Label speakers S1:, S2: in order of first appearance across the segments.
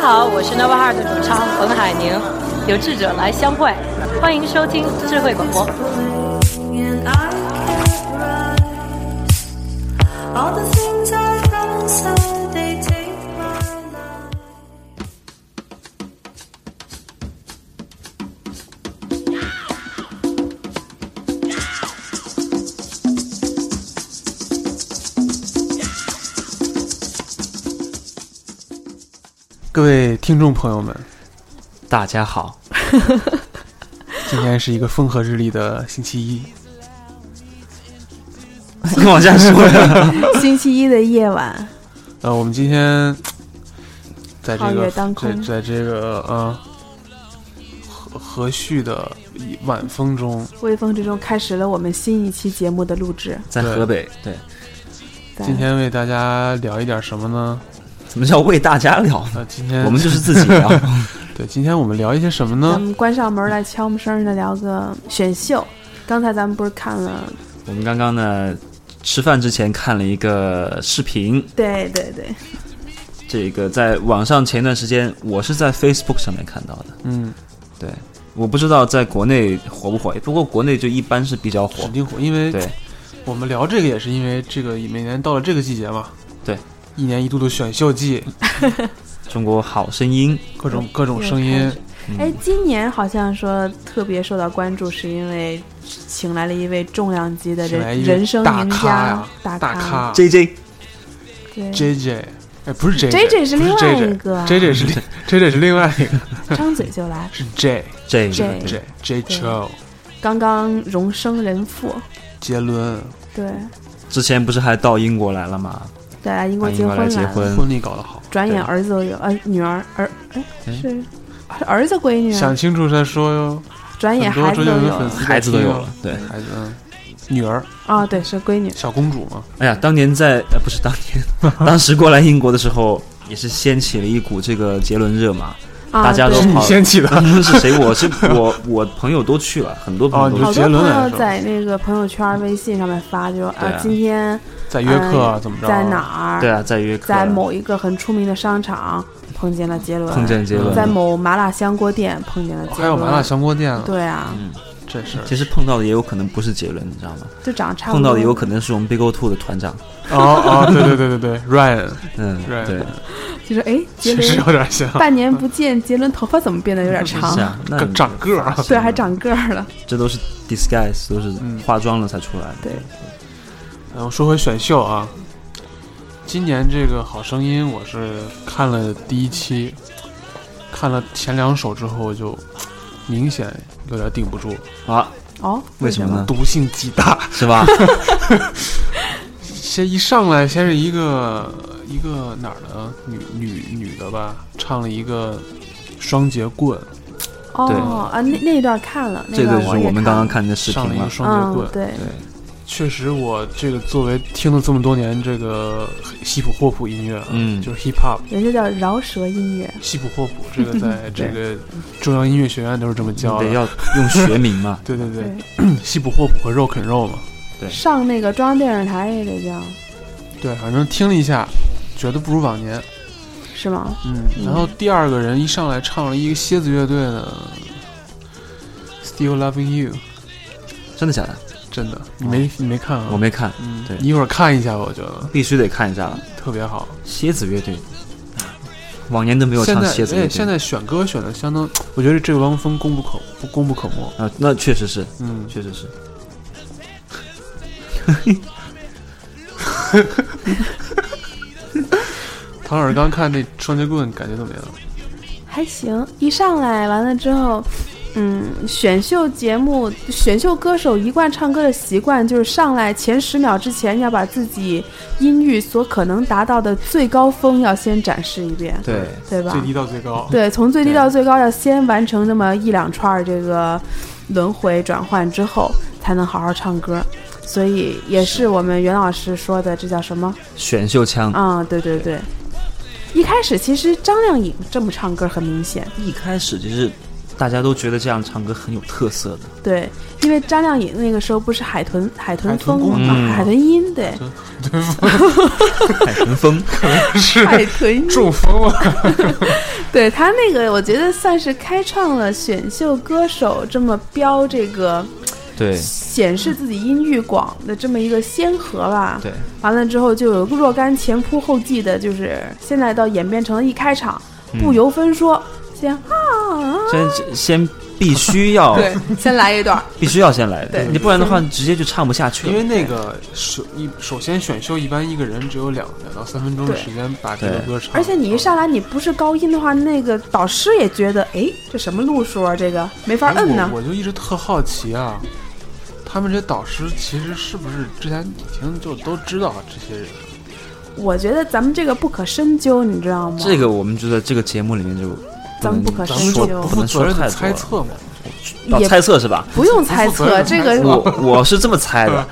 S1: 好，我是 Nova Heart 的主唱冯海宁，有志者来相会，欢迎收听智慧广播。
S2: And I can't rise. All the things I've done, so they take my life.
S3: 各位听众朋友们，
S4: 大家 好，
S3: 今天是一个风和日丽的星期一，
S4: 往下说呀。
S5: 星期一的夜晚，
S3: 呃，我们今天在这
S5: 皓
S3: 个
S5: 月当
S3: 在
S5: 空
S3: 在这个呃和和煦的晚风中，
S5: 微风之中开始了我们新一期节目的录制。
S4: 在河北，对，
S5: 在
S3: 今天为大家聊一点什么呢？
S4: 怎么叫为大家聊呢？
S3: 呃，今天
S4: 我们就是自己聊。
S3: 对，今天我们聊一些什么
S5: 咱
S3: 呢？
S5: 们关上门来悄无声的聊个选秀。刚才咱们不是看了？
S4: 我们刚刚呢，吃饭之前看了一个视频，
S5: 对对对，
S4: 这个在网上前段时间我是在 Facebook 上面看到的，
S3: 嗯，
S4: 对，我不知道在国内火不火，不过国内就一般是比较火
S3: 肯。定火，因为
S4: 对，
S3: 我们聊这个也是因为这个每年到了这个季节嘛，
S4: 对，
S3: 一年一度的选秀季，
S4: 中国好声音，
S3: 各种各种
S5: 又
S3: 声
S5: 开
S3: 音
S5: 始，哎，今年好像说特别受到关注，是因为请来了一位重量级的
S3: 请来
S5: 人
S3: 一位
S5: 人生
S3: 大
S5: 赢
S3: 咖
S5: 家
S3: 呀，
S5: 大
S3: 大
S5: 咖
S3: 咖
S4: J J，
S5: 对
S3: J J，哎，不是 J
S5: JJ 是另外
S3: J
S5: 一个啊
S3: J J 是另 J J 是另外一个，
S5: 张嘴就来。
S3: 是 J
S4: J
S5: J
S3: J J Cho
S5: 刚刚荣升人父，
S3: 杰伦
S5: 对，
S4: 之前不是还到英国来了吗？
S5: 对啊，英国
S4: 到
S5: 结
S4: 英国
S5: 婚
S4: 来结
S5: 了。
S4: 婚，
S3: 婚礼嗯搞得好，
S5: 转眼
S4: 对
S5: 儿子都有，呃，女儿儿，哎，
S4: 哎
S5: 是是儿子闺女啊，
S3: 想清楚再说哟。
S5: 转眼
S3: 很
S5: 哎孩
S3: 多
S5: 子
S3: 周杰
S5: 都
S3: 伦
S5: 有
S3: 粉
S5: 了
S3: 丝
S4: 孩子都有了
S3: 在，
S4: 对。
S3: 听哦，孩子嗯女儿
S5: 啊，对，是闺女，
S3: 小公主嘛，
S4: 哎呀，当年在呃不是当 年，当时过来英国的时候，也是掀起了一股这个杰伦热嘛，
S5: 啊，
S4: 大家都
S5: 对
S3: 是你
S4: 好
S3: 掀起
S5: 哎
S3: 的。
S4: 是谁？我 是我我朋友都去了，很多朋友
S3: 哦
S4: 都
S3: 你
S4: 去
S3: 说
S5: 好
S3: 杰
S5: 多
S3: 伦来
S5: 朋
S3: 的时
S5: 友
S3: 候
S5: 在那个朋友圈、微信上面发，就
S4: 啊对
S5: 啊
S4: 啊，
S5: 今天
S3: 在约克啊
S5: 嗯
S3: 怎么着？
S5: 在？哪
S4: 对
S5: 儿，
S4: 啊，在约克
S5: 在某一个很出名的商场碰见了杰伦，
S4: 碰见哦杰伦，
S5: 在某麻辣香锅店碰见了杰
S3: 还有
S5: 伦，
S3: 麻辣香锅店了，
S5: 对啊，
S4: 嗯
S3: 这是
S4: 其实碰到的也有可能不是杰伦，你知道吗？
S5: 就长得差不
S4: 碰到
S5: 多，
S4: 的有可能是我们 Big O Two 的团长，
S3: 哦哦，对对对对对，Ryan
S4: 嗯，
S3: Right
S4: 对，
S5: 就说哎，杰
S3: 确实
S5: 伦
S3: 有点像，
S5: 半年不见，杰伦头发怎么变得有点长
S4: 是？啊，那
S3: 个长个儿啊。
S5: 对，还长个儿了。
S4: 这都是 disguise，都是
S3: 嗯
S4: 化妆了才出来的，
S5: 对
S3: 然后哎说回选秀啊，今年这个《好声音》，我是看了第一期，看了前两首之后就明显有点顶不住，
S4: 啊，
S5: 哦，
S4: 为什么呢？
S3: 毒性极大。
S4: 是 吧？
S3: 先一上来，先是一个一个哪儿的女女女的吧，唱了一个双节棍，
S4: 对
S5: 哦啊，那那一段看了，那
S4: 这
S5: 段
S4: 个就是
S5: 也
S4: 我们
S5: 看
S4: 刚刚
S5: 了
S4: 看的视频
S3: 上了一
S4: 嘛
S3: 个，双节棍
S5: 嗯，。对，
S3: 确实，我这个作为听了这么多年这个西普霍普音乐啊，
S4: 嗯
S3: 就是 hip hop。
S5: 人家叫饶舌音乐，
S3: 西普霍普，这个 在这个中央音乐学院都是这么教
S4: 得
S3: 的。，
S4: 要用学名嘛
S3: 对对对，
S5: 对，
S3: 西普霍普和肉啃肉嘛。
S5: 上那个中央电视台也得叫，
S3: 对，反正听了一下，觉得不如往年。
S5: 是吗？
S3: 嗯，
S5: 嗯
S3: 然后第二个人一上来唱了一个蝎子乐队的《Still Loving You》，
S4: 真的假的？
S3: 真的，你没、你没看啊？
S4: 哦我没看，
S3: 嗯，
S4: 对
S3: 你一会儿看一下吧，我觉得
S4: 必须得看一下了。
S3: 特别好。
S4: 蝎子乐队，往年都没有
S3: 现
S4: 唱
S3: 在
S4: 蝎子乐
S3: 哎
S4: 队，
S3: 现在选歌选的相当，我觉得这个汪峰功不可不功不可没。
S4: 啊，那确实是，
S3: 嗯，
S4: 确实是。
S3: 唐老师刚看那双截棍，感觉怎么样？
S5: 还行，一上来完了之后。嗯，选秀节目、选秀歌手一贯唱歌的习惯就是上来前十秒之前要把自己音域所可能达到的最高峰要先展示一遍，
S4: 对，
S5: 对吧？
S3: 最低到最高。
S5: 对，从最低
S4: 对
S5: 到最高要先完成那么一两串儿这个轮回转换之后，才能好好唱歌。所以也是我们袁老师说的，这叫什么？
S4: 选秀腔，
S5: 啊、对对对。一开始其实张靓颖这么唱歌很明显，
S4: 一开始就是大家都觉得这样唱歌很有特色的，
S5: 对，因为张靓颖那个时候不是海豚海豚
S3: 海豚
S5: 风
S3: 公
S5: 嘛
S4: 主
S5: 啊海豚音，对，
S4: 海豚风，
S3: 是
S5: 海豚音，
S3: 中风了。
S5: 对他那个，我觉得算是开创了选秀歌手这么标这个
S4: 对
S5: 显示自己音域广的这么一个先河吧。
S4: 对，
S5: 完了之后就有若干前仆后继的，就是现在到演变成了一开场
S4: 嗯
S5: 不由分说，先啊，
S4: 先先必 须要
S5: 对，先来一段儿，
S4: 必须要先来的，
S5: 对
S4: 你不然的话你直接就唱不下去了。
S3: 因为那个首一首先选秀一般一个人只有两两到三分钟的
S5: 对
S3: 时间把这个
S4: 对
S3: 歌唱，
S5: 而且你一上来你不是高音的话，那个导师也觉得，哎，这什么路数啊，这个没法
S3: 哎
S5: 摁呢
S3: 我。我就一直特好奇啊，他们这些导师其实是不是之前已经就都知道这些人？
S5: 我觉得咱们这个不可深究，你知道吗？
S4: 这个我们就在这个节目里面就
S5: 咱们不可
S3: 咱
S5: 深
S3: 们
S5: 究
S3: 就
S4: 说
S3: 不
S4: 不
S3: 负
S4: 能
S3: 责
S4: 说
S3: 任
S4: 太
S3: 的
S4: 多
S3: 猜
S4: 了。
S3: 测嘛？
S4: 到
S5: 也
S4: 猜测是吧？
S5: 不用猜
S3: 不
S5: 测，
S3: 用
S5: 这
S3: 猜测
S5: 个
S4: 我我是这么猜 的，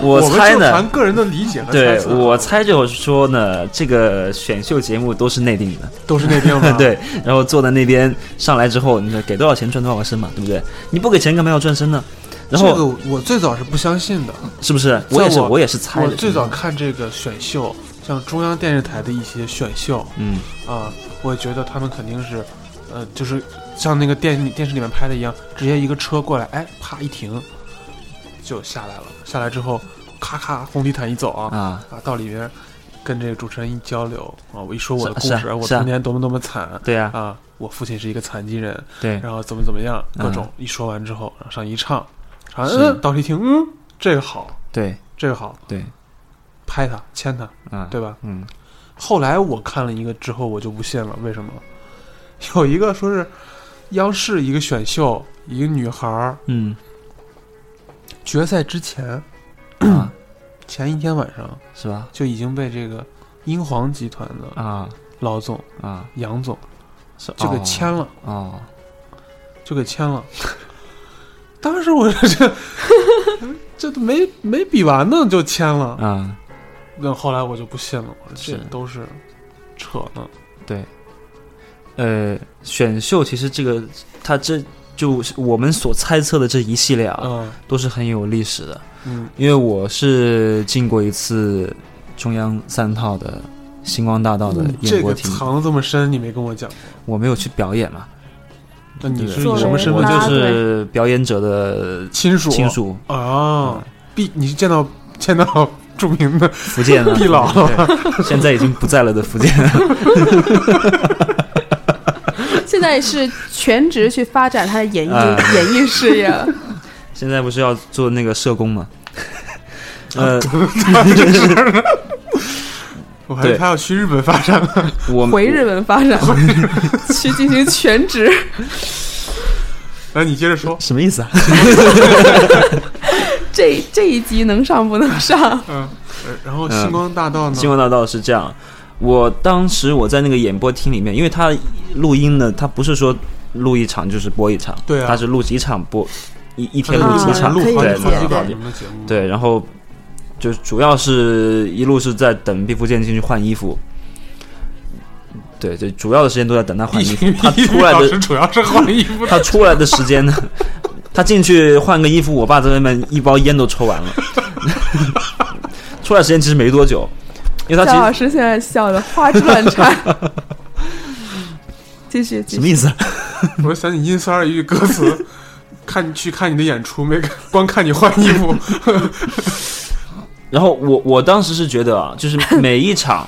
S3: 我
S4: 我
S3: 们
S4: 猜
S3: 就
S4: 呢
S3: 谈，个人的理解和猜
S4: 对
S3: 测，啊
S4: 我猜就是说呢，这个选秀节目都是内定的，
S3: 都是那 边吗？
S4: 对，然后坐在那边上来之后，你说给多少钱赚多少个身嘛，对不对？你不给钱干嘛要转身呢？然
S3: 这个
S4: 后
S3: 我最早是不相信的，
S4: 是不是？我也是，
S3: 在我
S4: 我也是猜
S3: 我
S4: 的。
S3: 最早看这个选秀，像中央电视台的一些选秀
S4: 嗯，
S3: 啊、我觉得他们肯定是，呃，就是像那个电电视里面拍的一样，直接一个车过来，哎，啪一停，就下来了。下来之后，咔咔，红地毯一走啊，
S4: 啊，
S3: 啊，到里面跟这个主持人一交流啊，我一说我的故
S4: 是啊
S3: 事，我
S4: 是啊
S3: 童年多么多么惨
S4: 对啊，
S3: 啊，我父亲是一个残疾人，
S4: 对，
S3: 然后怎么怎么样，各
S4: 嗯
S3: 种一说完之后，然后上一唱，唱
S4: 是
S3: 嗯，导师一听，嗯，这个好，
S4: 对，
S3: 这个好，
S4: 对，
S3: 拍他，签他，
S4: 啊，
S3: 对吧？
S4: 嗯，
S3: 后来我看了一个之后，我就不信了，为什么？ 有一个说是央视一个选秀，一个女孩儿
S4: 嗯，
S3: 决赛之前
S4: 啊，
S3: 前一天晚上
S4: 是吧？
S3: 就已经被这个英皇集团的
S4: 啊
S3: 老总
S4: 啊，
S3: 杨总
S4: 是
S3: 就给
S4: 哦
S3: 签了，
S4: 哦，
S3: 就给签了。 当时我这 这都没没比完呢就签了，
S4: 啊，
S3: 那后来我就不信了，我说这
S4: 是
S3: 都是扯呢。
S4: 呃，选秀其实这个它这就是我们所猜测的这一系列啊，
S3: 嗯
S4: 都是很有历史的。
S3: 嗯
S4: 因为我是进过一次中央三套的星光大道的
S3: 嗯，
S4: 演
S3: 这
S4: 播
S3: 个
S4: 厅，
S3: 藏得这么深，你没跟我讲。
S4: 我没有去表演嘛。
S3: 那你
S4: 对
S3: 是以
S5: 作为
S3: 什么身份
S4: 我
S5: 拉
S3: 去
S4: 就
S3: 的？
S4: 是表演者的
S3: 亲属
S4: 亲属，
S3: 啊，毕你是见到见到著名的
S4: 福建 的
S3: 毕老
S4: 对现在已经不在了的福建。
S5: 现在是全职去发展他的演艺
S4: 啊
S5: 演艺 事业。
S4: 现在不是要做那个社工 嘛？呃，
S3: 我还以为
S4: 对
S3: 他要去日本发展了。
S4: 我
S5: 回日本发展，去进行全职。
S3: 来，你接着说。
S4: 什么意思啊？
S5: 这这一集能上不能上？
S3: 嗯，呃然后
S4: 嗯
S3: 星光大道呢？
S4: 星光大道是这样，我当时我在那个演播厅里面，因为他录音呢，他不是说录一场就是播一场，
S3: 对啊
S4: 他是录几场播，一一天
S3: 他
S4: 录
S3: 录
S4: 几
S5: 啊
S4: 场，
S3: 录
S5: 可以
S3: 好
S4: 对
S3: 几
S5: 理
S3: 好
S5: 解
S3: 几档
S5: 对
S3: 你们的节目。
S4: 对，然后就主要是一路是在等毕福剑进去换衣服。对，就主要的时间都在等他换衣服。啊他
S3: 一
S4: 出来
S3: 小
S4: 的
S3: 时主要是换衣服。
S4: 他出来的时间呢，他进去换个衣服，我爸在外面一包烟都抽完了。 出来时间其实没多久，因为他
S5: 赵老
S4: 其实
S5: 师现在笑的花枝乱 颤。继续，继
S4: 什么
S5: 续。
S4: 意思啊？
S3: 我想起殷三儿一句歌词：“看去看你的演出，没看光看你换衣服。
S4: 然后我我当时是觉得啊，就是每一场，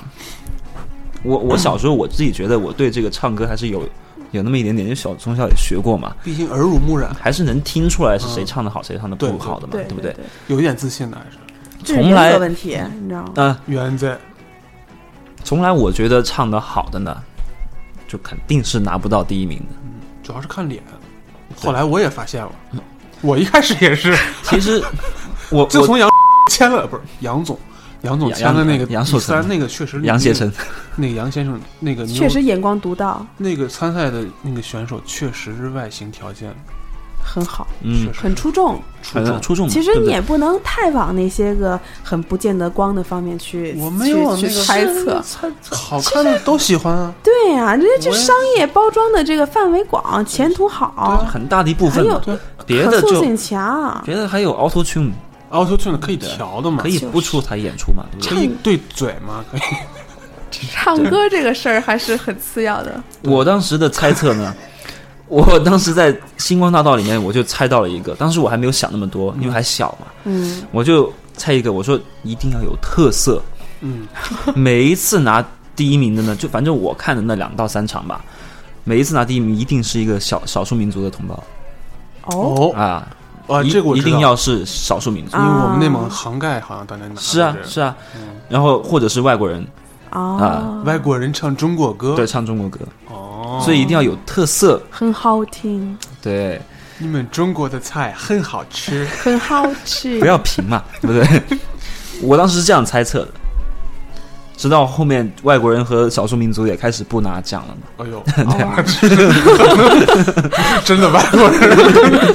S4: 我我小时候我自己觉得我对这个唱歌还是有有那么一点点，因为小从小也学过嘛，”
S3: 毕竟耳濡目染，
S4: 还是能听出来是谁唱的好，谁唱的
S3: 对
S4: 不好的嘛，
S5: 对
S4: 不
S5: 对
S4: 对？，
S3: 有一点自信的还是
S5: 这是
S4: 从
S5: 原
S4: 来
S5: 则问题，你知道吗？
S4: 那、
S3: 原在。
S4: 从来我觉得唱的好的呢，就肯定是拿不到第一名的。
S3: 主要是看脸。后来我也发现了，我一开始也是，
S4: 其实 我
S3: 自
S4: 我
S3: 从杨 签了不是杨总，杨总
S4: 杨
S3: 签了那个
S4: 杨杨受成
S3: 三那个确实
S4: 杨
S3: 先
S4: 协
S3: 生
S4: 成，
S3: 那个杨先生那个你有
S5: 确实眼光独到，
S3: 那个参赛的那个选手确实是外形条件
S5: 很好，
S4: 嗯
S3: 确，实
S5: 很出众。
S3: 出
S4: 很
S3: 众。
S4: 出众嘛。
S5: 其实
S4: 对不
S5: 你
S4: 对
S5: 也不能太往那些个很不见得光的方面去，
S3: 我没有往
S5: 去
S3: 那
S5: 去
S3: 个
S5: 猜测。
S3: 好看的都喜欢啊，
S5: 对呀、人家这
S3: 我也
S5: 商业包装的这个范围广，前途好，
S4: 很大的一部分嘛，
S5: 还
S3: 对
S4: 别
S5: 可
S4: 的
S5: 塑
S4: 就
S5: 性强，
S4: 别的还有 auto tune，
S3: ，auto tune 可以调的嘛，
S4: 可以
S5: 就是
S4: 不出台演出嘛，对不对
S3: 可以对嘴嘛，可以
S5: 唱歌这个事儿还是很次要的。
S4: 我当时的猜测呢， 我当时在《星光大道》里面我就猜到了一个，当时我还没有想那么多，因为还小嘛，
S5: 嗯，
S4: 我就猜一个，我说一定要有特色。
S3: 嗯，
S4: 每一次拿第一名的呢，就反正我看的那两到三场吧，每一次拿第一名一定是一个小少数民族的同胞
S3: 哦
S5: 哦，
S4: 啊，
S3: 啊，
S4: 一
S3: 这个我
S4: 一
S3: 知道
S4: 定，要是少数民族，
S3: 因为我们内蒙
S5: 啊
S3: 杭盖好像当年拿
S4: 是啊
S3: 过这个
S4: 是啊，然后或者是外国人
S5: 啊，
S3: 外国人唱中国歌，
S4: 对唱中国歌，
S3: 哦，
S4: 所以一定要有特色，
S5: 很好听，
S4: 对，
S3: 你们中国的菜很好吃，
S5: 很好 吃。
S4: 不要贫嘛，对不对？ 我当时是这样猜测的，直到后面外国人和少数民族也开始不拿奖了嘛。
S3: 哎呦，
S5: 哦
S3: 真的外国人，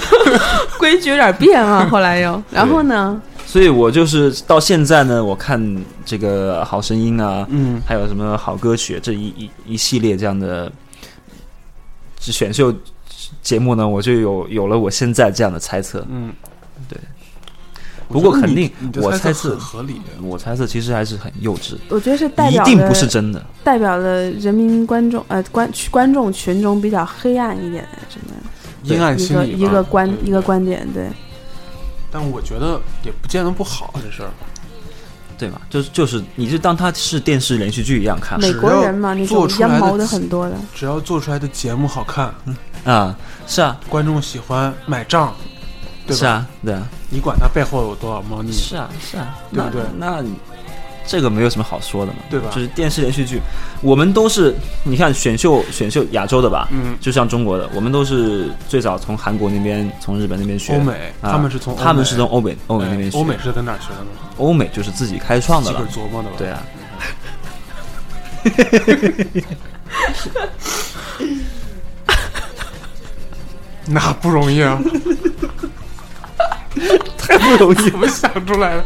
S5: 规矩有点变了，后来又，然后呢？
S4: 所以我就是到现在呢，我看这个《好声音》啊，
S3: 嗯，
S4: 还有什么好歌曲这一一一系列这样的这选秀节目呢，我就有有了我现在这样的猜测。
S3: 嗯，
S4: 对。不过肯定
S3: 你你，的
S4: 我
S3: 猜
S4: 猜
S3: 测
S4: 测
S3: 很，合理，
S4: 我猜测其实还是很幼稚，
S5: 我觉得是代
S4: 一
S5: 表
S4: 定
S5: 了
S4: 不是真的。
S5: 代表了人民观众呃观观众群众比较黑暗一点的这么
S4: 对
S3: 阴暗
S5: 一
S3: 心啊
S5: 个
S3: 理吧
S5: 一个观
S3: 对
S5: 一个观点，对，
S3: 但我觉得也不见得不好，这事儿。
S4: 对吧？就是就是，你就当它是电视连续剧一样看
S5: 美国人嘛，
S3: 只要
S5: 那种
S3: 做出来
S5: 阴
S3: 的
S5: 谋的很多的，
S3: 只要做出来的节目好看，
S4: 啊，是啊，
S3: 观众喜欢买账，对吧？
S4: 是啊，对啊，
S3: 你管他背后有多少猫腻，
S4: 是啊，是啊，
S3: 对
S4: 那
S3: 不对
S4: 那你这个没有什么好说的嘛，
S3: 对吧
S4: 就是电视连续剧，我们都是你看选秀选秀亚洲的吧，
S3: 嗯，
S4: 就像中国的，我们都是最早从韩国那边、从日本那边学
S3: 欧美
S4: 啊
S3: 他们是从
S4: 他
S3: 欧美
S4: 们是从欧美欧美那边
S3: 哎
S4: 学，
S3: 欧美是跟哪儿学的呢？
S4: 欧美就是自己开创的
S3: 自个
S4: 了
S3: 儿，琢磨的吧？
S4: 对，啊，
S3: 那不容易啊，太不容 易，我想出来了。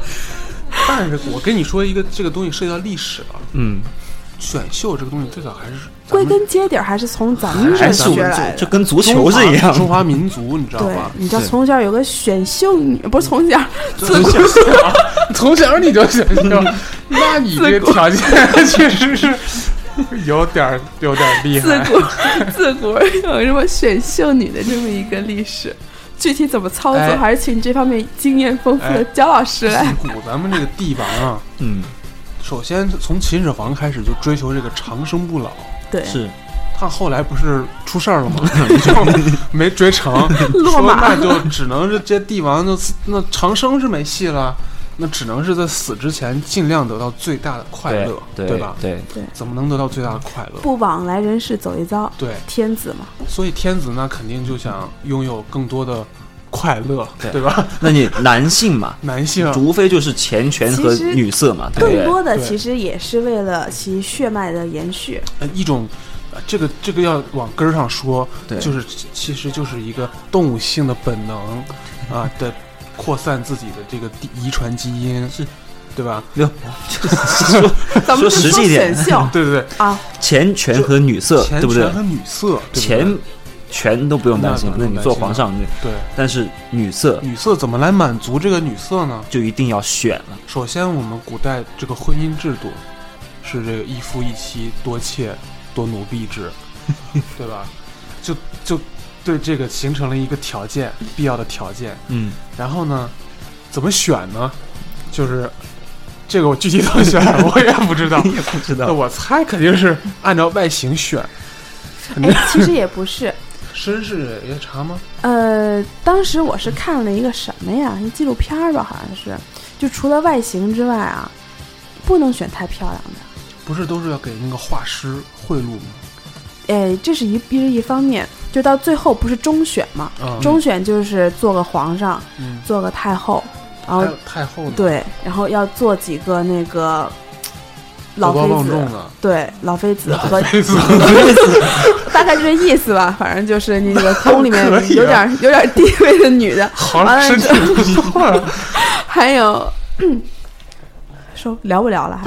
S3: 但是我跟你说一个，这个东西涉及到历史啊，
S4: 嗯，
S3: 选秀这个东西最早还是咱
S5: 归
S3: 们
S5: 根结底儿还是从咱们这
S4: 还
S5: 儿
S4: 是我
S5: 学
S4: 们
S5: 来
S4: 就就
S5: 的。
S4: 跟足
S3: 中
S4: 球
S3: 华
S4: 是一样，
S3: 中华民族，你知道
S5: 对
S3: 吧，？
S5: 你知道
S4: 对
S5: 从小有个选秀女，不是从小，自古
S3: 从小你就想秀，
S4: 嗯
S3: 那你这条件 确实是有点儿有点儿厉
S5: 自
S3: 害。
S5: 古自古有什么选秀女的这么一个历史，具体怎么操作，
S3: 哎
S5: 还是请这方面经验丰富的
S3: 哎
S5: 焦老师来。
S3: 自古咱们这个帝王啊，
S4: 嗯，
S3: 首先从秦始皇开始就追求这个长生不老，哎
S5: 对，
S4: 是
S3: 他后来不是出事儿了吗？ 就没追成，
S5: 落
S3: 说
S5: 马
S3: 那就只能是这帝王就死那长生是没戏了，那只能是在死之前尽量得到最大的快
S4: 对
S3: 乐，
S4: 对
S3: 吧？
S4: 对，
S3: 怎么能得到最大的快乐？
S5: 不枉来人世走一遭，
S3: 对，
S5: 天子嘛。
S3: 所以天子呢，肯定就想拥有更多的快乐，
S4: 对
S3: 对吧？
S4: 那你男性嘛，
S3: 男性
S4: 无非就是啊钱权和
S5: 其实
S4: 女色嘛，对不
S5: 更
S4: 对？
S5: 多的
S3: 对
S5: 其实也是为了其血脉的延续，
S3: 呃一种，呃这个这个要往根儿上说，
S4: 对
S3: 就是其实就是一个动物性的本能啊的扩散自己的这个地遗传基因，
S4: 是，
S3: 对吧？
S4: 没有， 就是说
S5: 咱们
S4: 说
S5: 就
S4: 实
S5: 说
S4: 际一点
S5: 选 秀
S3: 对对
S5: 啊，
S4: 钱权和女
S3: 对，
S4: 色，
S3: 钱
S4: 对不对
S3: 权？和女色，对不对
S4: 钱权都不用担心了，
S3: 那
S4: 那
S3: 不用
S4: 你
S3: 担心
S4: 做皇上，
S3: 对
S4: 但是女色
S3: 女色怎么来满足这个女色呢？
S4: 就一定要选了。
S3: 首先，我们古代这个婚姻制度是这个一夫一妻多妾多奴婢制，对吧？ 就就对这个形成了一个条件，必要的条件。
S4: 嗯，
S3: 然后呢，怎么选呢？就是这个我具体怎么选我也不 知道。
S4: 也不知
S3: 那。我猜肯定是按照外形选，
S5: 哎，其实也不是。
S3: 绅士也查吗？
S5: 呃，当时我是看了一个什么呀？一纪录片儿吧，好像是。就除了外形之外啊，不能选太漂亮的。
S3: 不是都是要给那个画师贿赂吗？
S5: 哎，这是一这是一方面，就到最后不是中选嘛？
S3: 啊、
S5: 中选就是做个皇上，
S3: 嗯，
S5: 做个太后，然后
S3: 还有太后呢，
S5: 对，然后要做几个那个老
S3: 德高
S5: 妃
S3: 望重
S5: 子，
S3: 的，
S5: 对，老妃子和
S3: 妃子
S5: 大概就这意思吧。反正就是那个宫里面
S3: 可以啊
S5: 有点、有点地位的女的，
S3: 好
S5: 完
S3: 像
S5: 了
S3: 身体不一样，
S5: 还有。说聊不聊了？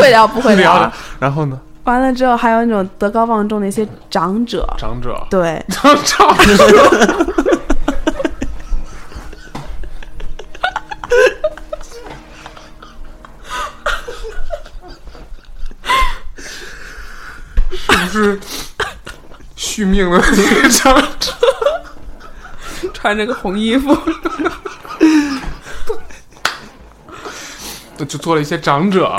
S5: 会聊 不会
S3: 聊
S5: 了
S3: 了。然后呢，
S5: 完了之后，还有那种德高望重的一些长者，
S3: 长者，
S5: 对，
S3: 长长者，续命的那场，
S5: 穿着个红衣服，
S3: 就做了一些长者，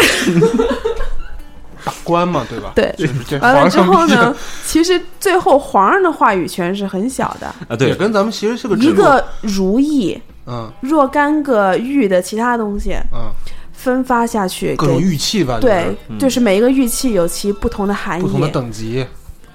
S3: 把关嘛，对吧？
S5: 对
S3: 就是这
S5: 完了
S3: 皇
S5: 之后
S3: 上逼
S5: 呢
S3: 的，，
S5: 其实最后皇上的话语权是很小的，
S4: 啊，
S3: 也
S4: 对，
S3: 跟咱们其实是个制
S5: 一
S3: 度
S5: 个如意
S3: 嗯
S5: 若干个玉的其他东西
S3: 嗯，
S5: 分发下去
S3: 各种
S5: 给。
S3: 玉器吧，
S5: 对，就是每一个玉器有其不同的含
S3: 就是
S5: 义，
S3: 不同的等级，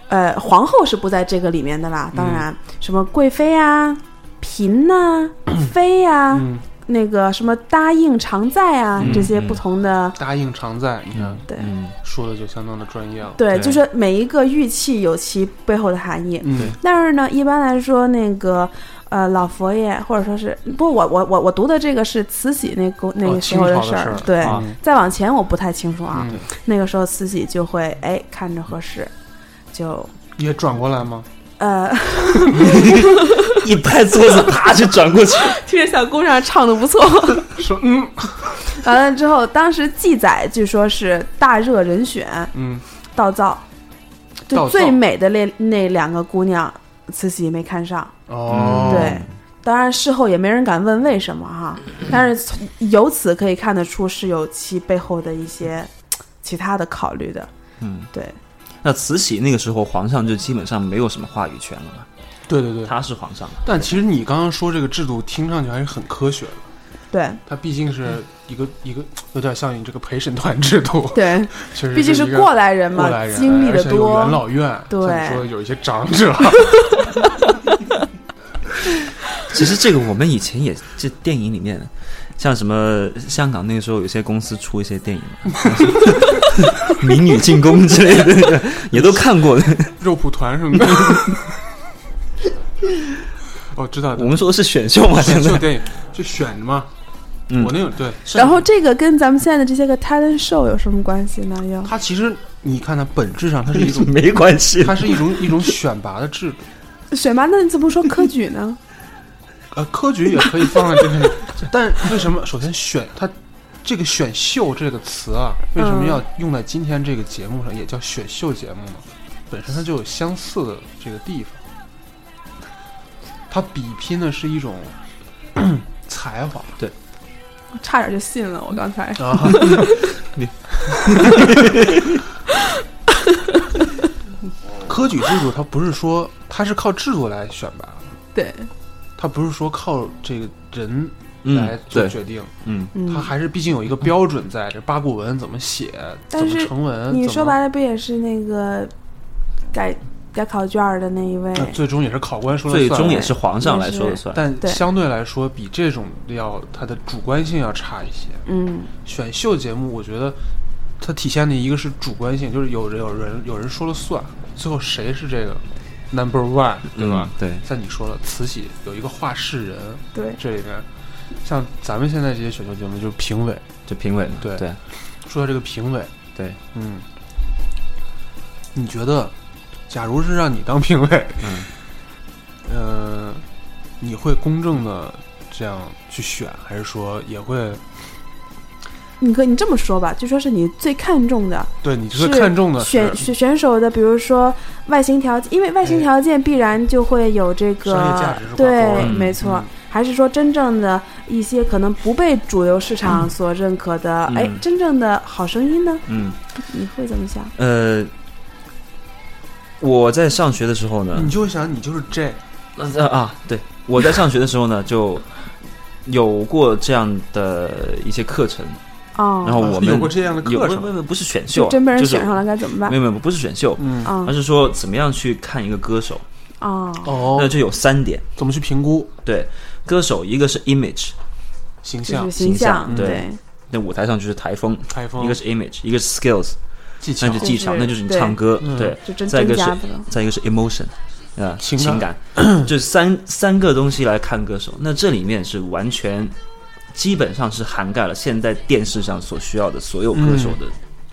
S5: 呃，皇后是不在这个里面的啦，当然，
S3: 嗯
S5: 什么贵妃啊、嫔呐、妃啊呀、
S3: 嗯，
S5: 那个什么答应常在啊，这些不同的，
S3: 答应常在，你看
S5: 对、
S4: 嗯，
S3: 说的就相当的专业了，
S5: 对，
S4: 对
S5: 就是每一个玉器有其背后的含义。
S3: 嗯，
S5: 但是呢，一般来说，那个呃老佛爷或者说是不，我我我我读的这个是慈禧那个那
S3: 哦
S5: 个时候
S3: 清朝
S5: 事
S3: 的
S5: 儿，
S3: 事儿
S5: 对。
S4: 啊
S5: 再往前我不太清楚啊，
S3: 嗯
S5: 那个时候慈禧就会哎看着合适，就
S3: 也转过来吗？
S5: 呃。
S4: 一拍桌子，啪就转过去，
S5: 听着小姑娘唱的不错。
S3: 说嗯
S5: 完了之后，当时记载据说是大热人选，
S3: 嗯，
S5: 盗造，
S3: 盗
S5: 就
S3: 造
S5: 最美的那那两个姑娘，慈禧没看上。
S3: 哦，
S4: 嗯
S5: 对，当然事后也没人敢问为什么哈，但是从由此可以看得出是有其背后的一些嘖其他的考虑的。
S4: 嗯，
S5: 对，
S4: 那慈禧那个时候皇上就基本上没有什么话语权了嘛，
S3: 对对对。
S4: 他是皇上嘛，
S3: 但其实你刚刚说这个制度听上去还是很科学的，
S5: 对，
S3: 它毕竟是
S5: 嗯
S3: 一个一个有点像你这个陪审团制度，
S5: 对，
S3: 确实
S5: 毕竟
S3: 是一
S5: 是
S3: 个
S5: 过来人
S3: 过
S5: 嘛，
S3: 来人，
S5: 经历
S3: 而
S5: 的
S3: 且有元
S5: 多。
S3: 老院，
S5: 对
S3: 像你说有一些长者，
S4: 其实这个我们以前也这电影里面，像什么香港那个时候有些公司出一些电影嘛， 像是民女进宫之类的那个，也都看过。
S3: 肉蒲团什么的。 哦，知道
S4: 我
S3: 的，
S4: 们说的是选秀嘛，现
S3: 选秀
S4: 在
S3: 电影 就选嘛。
S4: 嗯，
S3: 我那种对，
S5: 然后这个跟咱们现在的这些个 talent show 有什么关系呢？又
S3: 它其实你看它本质上它是一种
S4: 没关系。
S3: 它是一种一种选拔的制度。
S5: 选拔，那你怎么说科举呢？
S3: 呃，科举也可以放在这个里， 但为什么首先选它这个“选秀”这个词啊，为什么
S5: 嗯
S3: 要用在今天这个节目上，也叫选秀节目呢？本身它就有相似的这个地方，它比拼的是一种 才华
S5: 我差点就信了，我刚才。
S3: 啊，
S4: 你
S3: 科举制度它不是说它是靠制度来选拔，
S5: 对，
S3: 它不是说靠这个人来
S4: 嗯，
S3: 做
S4: 对，
S3: 决定。
S4: 嗯，
S3: 它
S5: 嗯，
S3: 还是毕竟有一个标准在，这八股文怎么写，
S5: 但
S3: 呃怎么
S5: 是
S3: 成文，
S5: 你说白
S3: 了，
S5: 了不也是那个改改考卷儿的那一位？
S3: 那最终也是考官说了
S4: 最
S3: 算。哎
S4: 终也是皇上来说了算。
S3: 但
S5: 对
S3: 相对来说，比这种要它的主观性要差一些。
S5: 嗯，
S3: 选秀节目，我觉得它体现的一个是主观性，就是有人有人有人说了算，最后谁是这个 number one，对吧？
S4: 嗯？对，
S3: 像你说了，慈禧有一个画室人，
S5: 对，
S3: 这里面像咱们现在这些选秀节目就是评委。
S4: 就评委嘛。
S3: 对
S4: 对
S3: 说到这个评委，
S4: 对，
S3: 嗯，你觉得，假如是让你当评委，
S4: 嗯，
S3: 呃，你会公正的这样去选，还是说也会
S5: 你可你这么说吧，就说是你最看重的
S3: 对你就是
S5: 是
S3: 看中的
S5: 选
S3: 是哎
S5: 选选手的，比如说外形条件，因为外形条件必然就会有这
S3: 商业价
S5: 个
S3: 值是挂钩啊的
S5: 对，
S4: 嗯
S5: 没错。还是说真正的一些可能不被主流市
S3: 嗯
S5: 场所认可的，
S4: 嗯
S5: 哎，真正的好声音呢？
S4: 嗯，
S5: 你会怎么想？
S4: 呃，我在上学的时候呢，
S3: 你就想你就是这，嗯
S4: 呃啊，对，我在上学的时候呢，就有过这样的一些课程，
S5: 哦，
S4: 然后我们
S3: 有过这样的
S4: 有
S3: 课
S4: 不
S3: 程，
S4: 不不不是选秀
S5: 就
S4: 啊，
S5: 真被人
S4: 就是
S5: 选上了该怎么办
S4: 没？有没有不是选秀，
S3: 嗯，
S5: 啊
S4: 而是说怎么样去看一个歌手，
S5: 啊
S4: 那
S3: 哦，
S4: 就有三点，
S3: 怎么去评估
S4: 对，歌手一个是 image，
S3: 形
S5: 就
S3: 象
S5: 是、形
S4: 形象
S5: 象，
S4: 对，那舞台上就是台风，
S3: 台风
S4: 一个是 image，一个是 skills，
S3: 技巧
S4: 那就？技巧，
S5: 就是
S4: 那就是你
S5: 对
S4: 唱歌，
S3: 嗯
S4: 对，
S5: 就真
S4: 再一
S5: 真
S4: 个是
S5: 假不了。
S4: 再一个是 emotion，啊，
S3: 情
S4: 情感，就三三个东西来看歌手。那这里面是完全，基本上是涵盖了现在电视上所需要的所有歌手
S3: 嗯
S4: 的、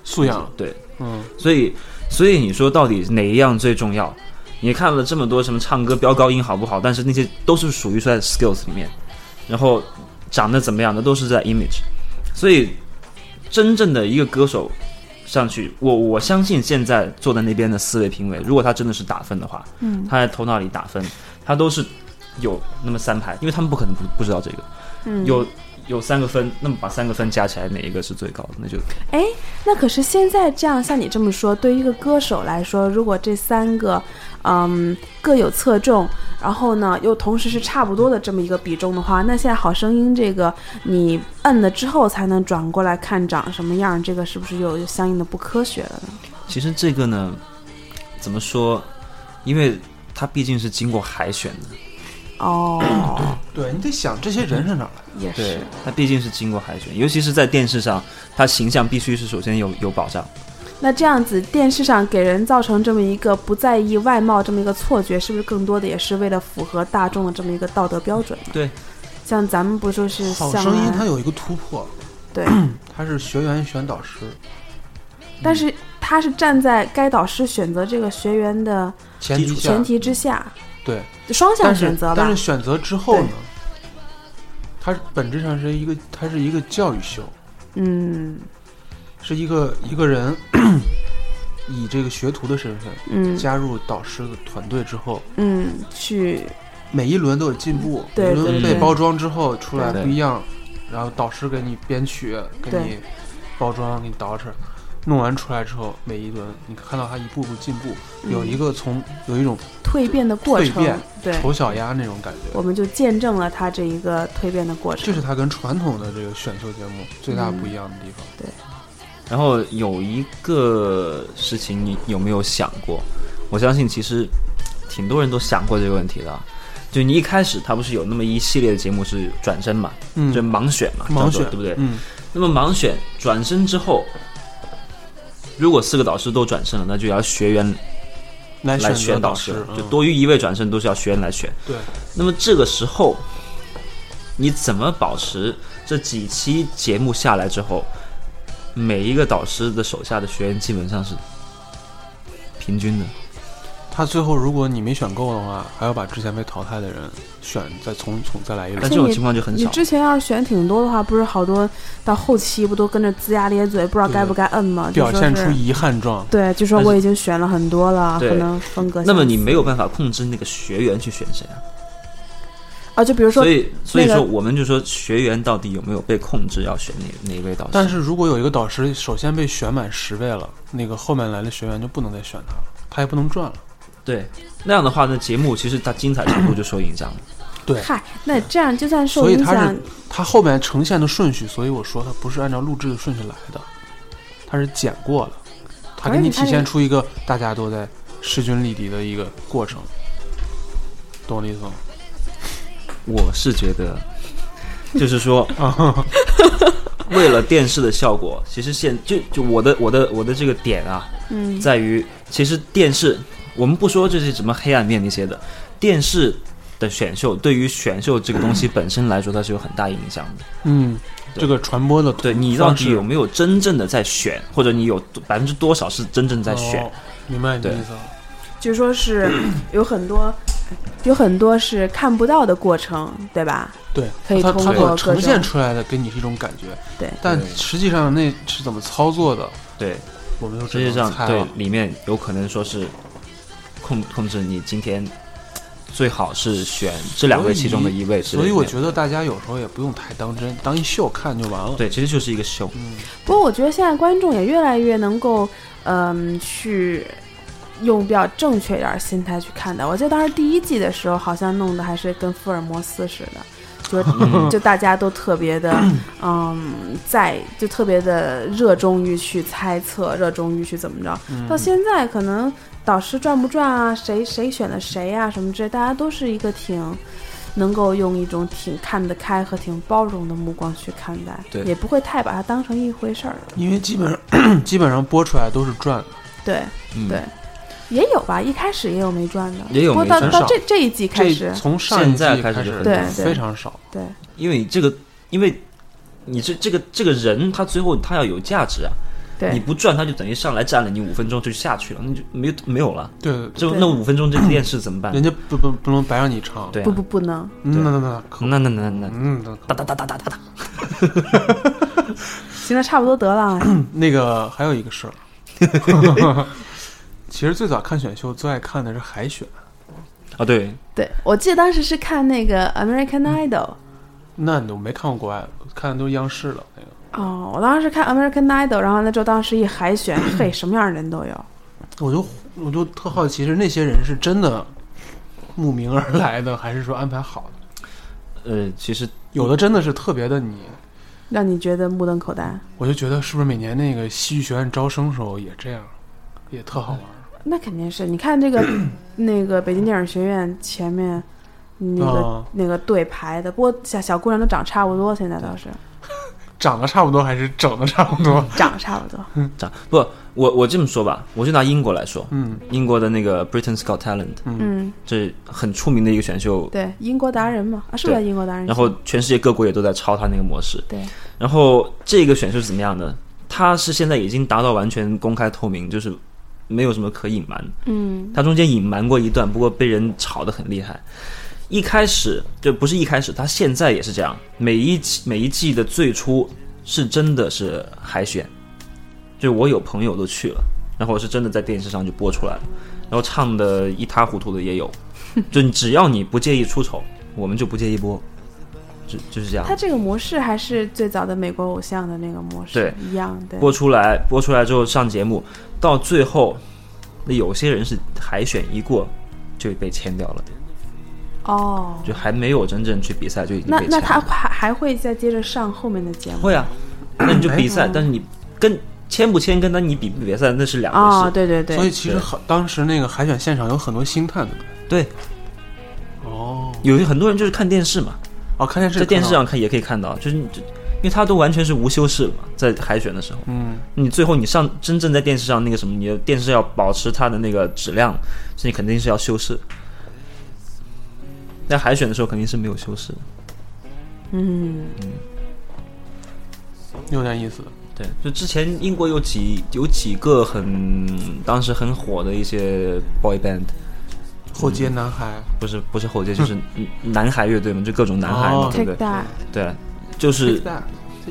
S3: 素养，
S4: 对，
S3: 嗯，
S4: 所以所以你说到底哪一样最重要？你看了这么多什么唱歌飙高音好不好？但是那些都是属于在 skills 里面，然后长得怎么样的都是在 image，所以真正的一个歌手上去，我我相信现在坐在那边的四位评委，如果他真的是打分的话，
S5: 嗯，
S4: 他在头脑里打分，他都是有那么三排，因为他们不可能不不知道这个，
S5: 嗯
S4: 有有三个分，那么把三个分加起来，哪一个是最高的？那就
S5: 哎，那可是现在这样，像你这么说，对于一个歌手来说，如果这三个，嗯，各有侧重，然后呢，又同时是差不多的这么一个比重的话，那现在《好声音》这个你摁了之后才能转过来看长什么样，这个是不是有相应的不科学了呢？
S4: 其实这个呢，怎么说？因为它毕竟是经过海选的，
S5: 哦，
S3: 对你得想这些人是哪儿来的，
S5: 也
S4: 对
S5: 是，，
S4: 它毕竟是经过海选，尤其是在电视上，它形象必须是首先有有保障。
S5: 那这样子，电视上给人造成这么一个不在意外貌这么一个错觉，是不是更多的也是为了符合大众的这么一个道德标准呢？
S4: 对，
S5: 像咱们不就是
S3: 好
S5: 向
S3: 声音
S5: 来
S3: 它有一个突破，
S5: 对，
S3: 它是学员选导师，
S5: 但是他是站在该导师选择这个学员的
S3: 前
S4: 基
S3: 提
S4: 础
S3: 下
S5: 前提之下，
S3: 对，
S5: 就双向
S3: 但是
S5: 选择
S3: 但
S5: 吧
S3: 是。选择之后呢，它本质上是一个它是一个教育秀，
S5: 嗯
S3: 是一个一个人 以这个学徒的身份
S5: 嗯
S3: 加入导师的团队之后，
S5: 嗯，去
S3: 每一轮都有进步，每一
S5: 对
S3: 轮
S4: 对
S3: 被
S4: 对
S3: 包装之后出来
S4: 对
S3: 不一样，然后导师给你编曲，给
S5: 对
S3: 你包装，给你捯饬，弄完出来之后，每一轮你看到他一步步进步，
S5: 嗯
S3: 有一个从有一种
S5: 蜕变的过
S3: 蜕
S5: 程
S3: 变，
S5: 对，
S3: 丑小鸭那种感觉，
S5: 我们就见证了他这一个蜕变的过程。
S3: 这是它跟传统的这个选秀节目最大
S5: 嗯
S3: 不一样的地方。
S4: 然后有一个事情，你有没有想过？我相信其实挺多人都想过这个问题的啊。就你一开始，它不是有那么一系列的节目是转身嘛，
S3: 嗯
S4: 就盲选嘛，
S3: 盲
S4: 叫做
S3: 选
S4: 对不对？
S3: 嗯，
S4: 那么盲选转身之后，如果四个导师都转身了，那就要学员
S3: 来
S4: 来
S3: 选
S4: 选
S3: 导
S4: 导师，
S3: 嗯
S4: 就多余一位转身都是要学员来选。
S3: 对，
S4: 那么这个时候，你怎么保持这几期节目下来之后，每一个导师的手下的学员基本上是平均的？
S5: 嗯
S3: 他最后如果你没选够的话，还要把之前被淘汰的人选，再重重再来一
S4: 但
S3: 轮。
S4: 这种情况就很
S5: 你
S4: 少。
S5: 之前要是选挺多的话，不是好多到后期不都跟着龇牙咧嘴，不知道该不该摁吗？就
S3: 表
S5: 说
S3: 现
S5: 是
S3: 出遗憾状，
S5: 对，就说
S4: 但是
S5: 我已经选了很多了，
S4: 对
S5: 可能风格相似。
S4: 那么你没有办法控制那个学员去选谁啊？
S5: 啊？就比如说
S4: 所，以，所以
S5: 那
S4: 说
S5: 个
S4: 我们就说学员到底有没有被控制要选哪哪一位导师？
S3: 但是如果有一个导师首先被选满十位了，那个后面来的学员就不能再选他了，他也不能赚了。
S4: 对那样的话呢，节目其实它精彩程度就受影响了。
S5: 嗨，那这样就算受
S3: 所以
S5: 影
S3: 他
S5: 响
S3: 是，他后面呈现的顺序，所以我说他不是按照录制的顺序来的，他是剪过的，他给你
S5: 而且他
S3: 体
S5: 是
S3: 现出一个大家都在势均力敌的一个过程，懂我的意思吗？
S4: 我是觉得，就是说，为了电视的效果，其实现就就我的我的我的这个点啊，
S5: 嗯
S4: 在于其实电视，我们不说这些什么黑暗面那些的，电视的选秀对于选秀这个东西本身来说，它是有很大影响的。
S3: 嗯，这个传播的
S4: 对你到
S3: 方
S4: 底
S3: 式
S4: 有没有真正的在选，或者你有百分之多少是真正在选？
S3: 哦明白你的意思了。
S5: 就说是有很多，有很多是看不到的过程，对吧？
S3: 对，
S5: 可以
S3: 它
S5: 通
S3: 它
S5: 过
S3: 所
S5: 各
S3: 呈
S5: 种
S3: 现出来的给你是一种感觉，
S5: 对
S3: 但
S4: 对
S3: 实际上那是怎么操作的，
S4: 对，
S3: 我们就只
S4: 实际
S3: 能
S4: 上
S3: 猜
S4: 对
S3: 了。
S4: 里面有可能说是控控制你今天最好是选这两位其中的一位之
S3: 所
S4: 类的
S3: 以我觉得大家有时候也不用太当真，当一秀看就完了。
S4: 对，其实就是一个秀。
S3: 嗯
S5: 不过我觉得现在观众也越来越能够，嗯，去用比较正确一点儿心态去看待。我记得当时第一季的时候，好像弄得还是跟福尔摩斯似的。就嗯就大家都特别的，嗯，在就特别的热衷于去猜测，热衷于去怎么着。到现在可能导师赚不赚啊，谁谁选了谁啊，什么之类，大家都是一个挺能够用一种挺看得开和挺包容的目光去看待，
S4: 对
S5: 也不会太把它当成一回事儿了。
S3: 因为基本上 基本上播出来都是赚的，
S5: 对，
S4: 嗯，
S5: 对也有吧，一开始也有没赚的，
S4: 也有
S5: 不过
S4: 没
S5: 到
S3: 赚
S5: 到这这一季开
S3: 这
S5: 始，
S3: 从上一季
S4: 现在开始
S3: 开
S4: 就
S3: 始
S4: 很
S5: 对对
S3: 非常少。
S5: 对，
S4: 因为这个，因为你这这个这个人，他最后他要有价值啊，你
S5: 对，
S4: 不赚，他就等于上来占了你五分钟就下去了，那就没有没有了。
S3: 对对对，
S4: 就
S5: 对
S4: 那五分钟 这个电视怎么办？
S3: 人家不不不嗯能白让你唱。，
S4: 对啊、嗯
S5: 不不不能，
S3: 那那那可
S4: 那那那那那
S3: 嗯，那可
S4: 哒哒哒哒哒哒，
S5: 行了，差不多得了。啊
S3: 那个还有一个事儿， 其实最早看选秀最爱看的是海选，
S4: 啊，对，
S5: 对，我记得当时是看那个 American
S4: 嗯
S5: Idol，、
S3: 那你都没看过国外，看的都是央视的那个。
S5: 哦，我当时看 American Idol，然后那之后当时一 海选，嘿，什么样的人都有。
S3: 我就我就特好奇，是那些人是真的慕名而来的，还是说安排好的？
S4: 呃，其实
S3: 有的真的是特别的你，
S5: 让你觉得目瞪口呆，
S3: 我就觉得是不是每年那个戏剧学院招生时候也这样，也特好玩。
S5: 那肯定是你看 这个那个北京电影学院前面那个、
S4: 啊
S3: 哦
S5: 那个队排的，不过小小姑娘都长差不多，现在倒是
S3: 长得差不多还是整的差不 多？
S5: 长差不多。
S4: 这样不，我我这么说吧，我就拿英国来说，
S3: 嗯，
S4: 英国的那个 Britain's Got Talent，
S5: 嗯，
S4: 这很出名的一个选秀，
S5: 对，英国达人嘛，啊，是不是叫
S4: 对
S5: 英国达人？
S4: 然后全世界各国也都在抄他那个模式。
S5: 对，
S4: 然后这个选秀是怎么样的？它是现在已经达到完全公开透明，就是没有什么可隐瞒。
S5: 嗯
S4: 它中间隐瞒过一段，不过被人炒得很厉害。一开始就不是一开始，它现在也是这样。每一季每一季的最初是真的是海选，就我有朋友都去了，然后是真的在电视上就播出来了，然后唱的一塌糊涂的也有。就你只要你不介意出丑，我们就不介意播，就就是这样。
S5: 他这个模式还是最早的美国偶像的那个模式，
S4: 对
S5: 一样，对，
S4: 播出来，播出来之后上节目，到最后，那有些人是海选一过就被签掉了，
S5: 哦，
S4: 就还没有真正去比赛就已经
S5: 那
S4: 被签了。
S5: 那他还还会再接着上后面的节目
S4: 会啊，那你就 比赛，但是你跟签不签跟他你比不比赛那是两回
S5: 啊、
S4: 事。
S5: 对对对，
S3: 所以其实
S4: 对
S3: 很当时那个海选现场有很多星探的。
S4: 对，
S3: 哦，
S4: 有些很多人就是看电视嘛，
S3: 哦，看电视
S4: 在电视
S3: 看到
S4: 上看也可以看到，就是你就因为他都完全是无修饰嘛，在海选的时候，
S3: 嗯，
S4: 你最后你上真正在电视上那个什么，你的电视要保持它的那个质量，所以你肯定是要修饰。在海选的时候肯定是没有修饰的，
S5: 嗯，
S3: 有点意思。
S4: 对，就之前英国有几有几个很当时很火的一些 boy band，
S3: 后街男孩，
S4: 不是不是后街，就是男孩乐队嘛，就各种男孩嘛，
S3: 哦
S4: 对
S5: take
S4: 不对？
S5: that，
S4: 对，嗯就是
S3: Take That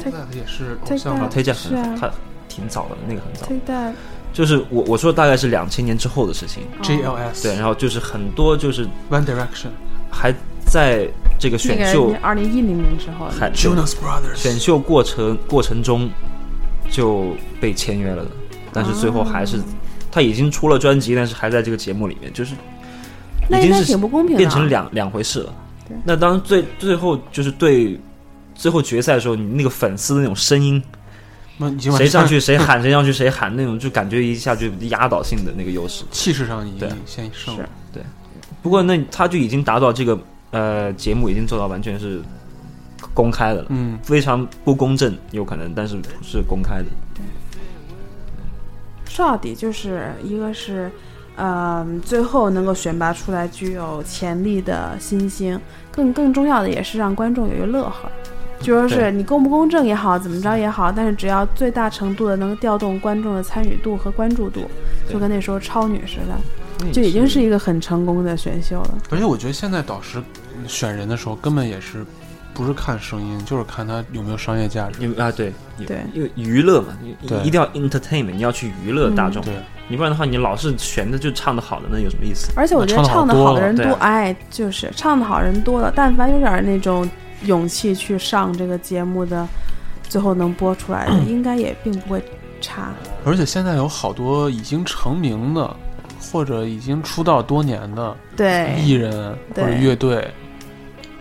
S3: Take That 也是偶
S5: Take
S3: 像
S5: That
S3: 吧
S4: 啊，？推荐
S5: 是
S4: 很
S5: 啊
S4: 他挺早的，那个很早，
S5: Take that，
S4: 就是我我说大概是两千年之后的事情。
S3: JLS
S4: 对，然后就是很多就是
S3: One Direction
S4: 还在这个
S5: 那个
S4: 选秀
S5: 人二零一零年时候，
S4: 还
S3: Jonas Brothers
S4: 选秀过程过程中就被签约了的，但是最后还
S5: 哦
S4: 是、他已经出了专辑，但是还在这个节目里面，就是
S5: 那
S4: 已
S5: 应
S4: 经
S5: 该
S4: 是
S5: 挺不公平的啊，
S4: 变成两两回事了。那当然最最后就是对最后决赛的时候，你那个粉丝的那种声音，
S3: 那已经完
S4: 谁上
S3: 全
S4: 去谁喊，谁上去谁喊，那种就感觉一下就压倒性的那个优势。
S3: 气势上已
S4: 对
S3: 经先胜了。
S4: 不过那他就已经达到这个呃节目已经做到完全是公开的了，
S3: 嗯，
S4: 非常不公正有可能，但是是公开的。
S5: 说到底就是一个是，嗯，最后能够选拔出来具有潜力的新星，更更重要的也是让观众有一个乐呵。就说是
S4: 对
S5: 你公不公正也好，怎么着也好，但是只要最大程度的能调动观众的参与度和关注度，
S4: 对
S5: 就跟那时候超女似的，
S3: 那也
S5: 就已经是一个很成功的选秀了。
S3: 而且我觉得现在导师选人的时候根本也是不是看声音，就是看他有没有商业价值。
S4: 因为啊，对，有
S5: 对
S4: 因为娱乐嘛，你
S3: 对
S4: 一定要 entertainment，你要去娱乐大
S5: 嗯
S4: 众，
S3: 对，
S4: 你不然的话，你老是选的就唱的好的，那有什么意思？
S5: 而且我觉得
S3: 唱
S5: 唱
S3: 得
S5: 得
S3: 好
S5: 好
S3: 多
S5: 的
S3: 了啊
S5: 人多
S4: 对，
S5: 哎，就是唱得好人多了，但凡有点那种勇气去上这个节目的，最后能播出来 的，应该也并不会差。
S3: 而且现在有好多已经成名的，或者已经出道多年的艺
S5: 对，
S3: 人或
S5: 对
S3: 者乐队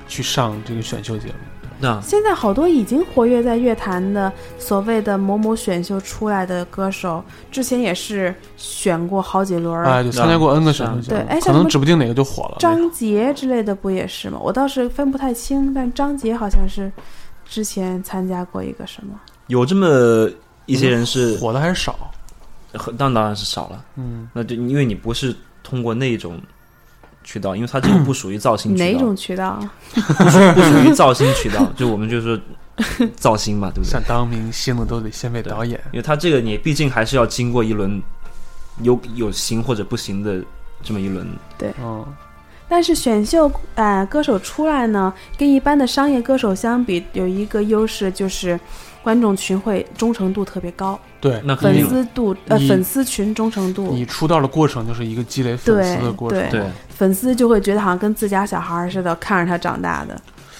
S3: 去上这个选秀节目。
S4: 那
S5: 现在好多已经活跃在乐坛的所谓的某某选秀出来的歌手，之前也是选过好几轮儿。
S3: 哎，就参加过 N 个选
S4: 啊
S3: 秀节
S5: 对哎
S3: 目，可
S5: 像什
S3: 能
S5: 么
S3: 指不定哪个就火了。
S5: 张杰之类的不也是吗？我倒是分不太清，但张杰好像是之前参加过一个什么，
S4: 有这么一些人是，
S3: 火的还是少。
S4: 很那当然是少了。
S3: 嗯，
S4: 那就因为你不是通过那种渠道，因为它这个不属于造星
S5: 哪
S4: 渠道
S5: 种，渠道？啊
S4: 不属于造星渠道，就我们就说造星嘛，对不对
S3: 想？当明星的都得先被导演。
S4: 因为它这个你毕竟还是要经过一轮有有行或者不行的这么一轮，
S3: 嗯，
S5: 但是选秀呃歌手出来呢，跟一般的商业歌手相比，有一个优势就是，观众群会忠诚度特别高，
S3: 对，
S4: 那肯
S5: 粉
S4: 定了
S5: 丝度呃
S3: 你
S5: 粉丝群忠诚度
S3: 你出道的过程就是一个积累粉丝的过程。
S5: 对
S4: 对，
S5: 粉丝就会觉得好像跟自家小孩儿似的，看着他长大的。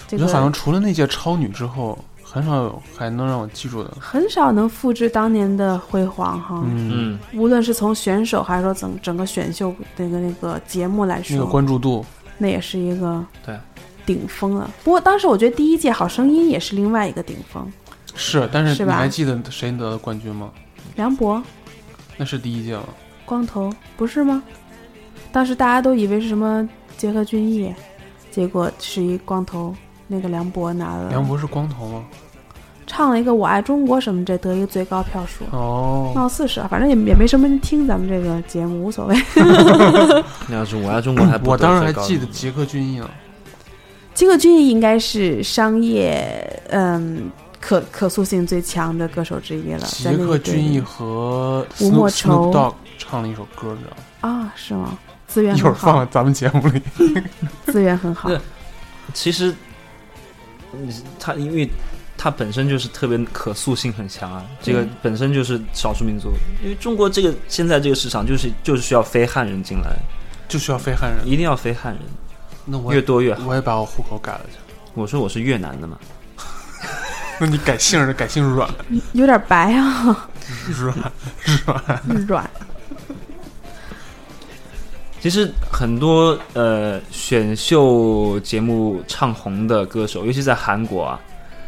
S5: 这
S3: 我
S5: 个
S3: 觉得好像除了那届超女之后，很少有还能让我记住的。
S5: 很少能复制当年的辉煌哈。
S3: 嗯，
S4: 嗯，
S5: 无论是从选手还是说整整个选秀那个那个节目来
S3: 那
S5: 说，
S3: 个关注度，
S5: 那也是一个
S4: 对
S5: 顶峰了。不过当时我觉得第一届《好声音》也是另外一个顶峰，
S3: 是，但是
S5: 是
S3: 你
S5: 吧
S3: 还记得谁得的冠军吗？
S5: 梁博、
S3: 那是第一届吗？
S5: 光头不是吗？当时大家都以为是什么结合俊逸，结果是一光头。那个梁博拿了，
S3: 梁博是光头吗？
S5: 唱了一个《我爱中国》什么这得一个最高票数，
S3: 哦，
S5: 貌似是啊，反正也也没什么人听咱们这个节目，无所谓。
S4: 那要是我要中国还不
S3: 我
S4: 得
S3: 当时
S4: 最
S3: 还
S4: 高
S3: 记
S4: 的
S3: 得杰克隽逸呢。
S5: 这个俊逸应该是商业嗯可可塑性最强的歌手之一了，在
S3: 杰
S5: 那
S3: 克
S5: 个队
S3: 隽逸
S5: 里
S3: 和
S5: 吴莫
S3: Snoop Snoop
S5: 愁
S3: Dog 唱了一首歌，你知道吗？
S5: 啊，是吗？资源
S3: 一会
S5: 很
S3: 儿放
S5: 好
S3: 在，咱们节目里。
S5: 资源很好
S4: 对，其实，嗯他因为他本身就是特别可塑性很强啊，这个
S5: 嗯
S4: 本身就是少数民族，因为中国这个现在这个市场就是就是需要非汉人进来，
S3: 就需要非汉人，
S4: 一定要非汉人，
S3: 那我
S4: 越
S3: 也
S4: 多越好。
S3: 我也把我户口改了去。
S4: 我说我是越南的嘛，
S3: 那你改姓儿改姓阮
S5: 有点白啊，
S3: 阮阮，
S5: 软。
S4: 其实很多呃选秀节目唱红的歌手，尤其在韩国啊，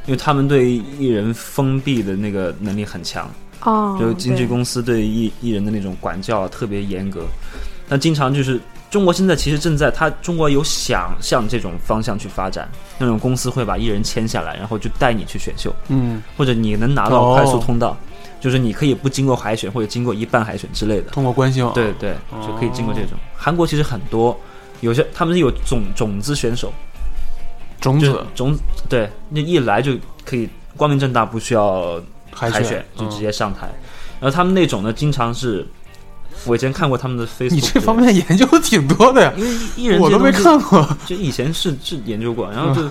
S4: 因为他们对艺人封闭的那个能力很强，
S5: 哦，
S4: 就经纪
S5: 对
S4: 公司对艺艺人的那种管教啊特别严格，但经常就是中国现在其实正在，它中国有想向这种方向去发展，那种公司会把艺人签下来，然后就带你去选秀，
S3: 嗯，
S4: 或者你能拿到
S3: 哦
S4: 快速通道，就是你可以不经过海选或者经过一半海选之类的，
S3: 通过关系网，
S4: 对对，就可以经过这种。韩国其实很多，有些他们有种种子选手，
S3: 种
S4: 就
S3: 子
S4: 是种对，那一来就可以光明正大，不需要
S3: 海
S4: 海
S3: 选
S4: 选，就直。接上台。
S3: 哦
S4: 然后他们那种呢，经常是，我以前看过他们的
S3: 嗯
S4: Facebook，
S3: 你这方面研究挺多的呀，
S4: 因为艺人
S3: 我
S4: 这
S3: 都没
S4: 东西，
S3: 看啊过。
S4: 就以前是是研究过，然后就、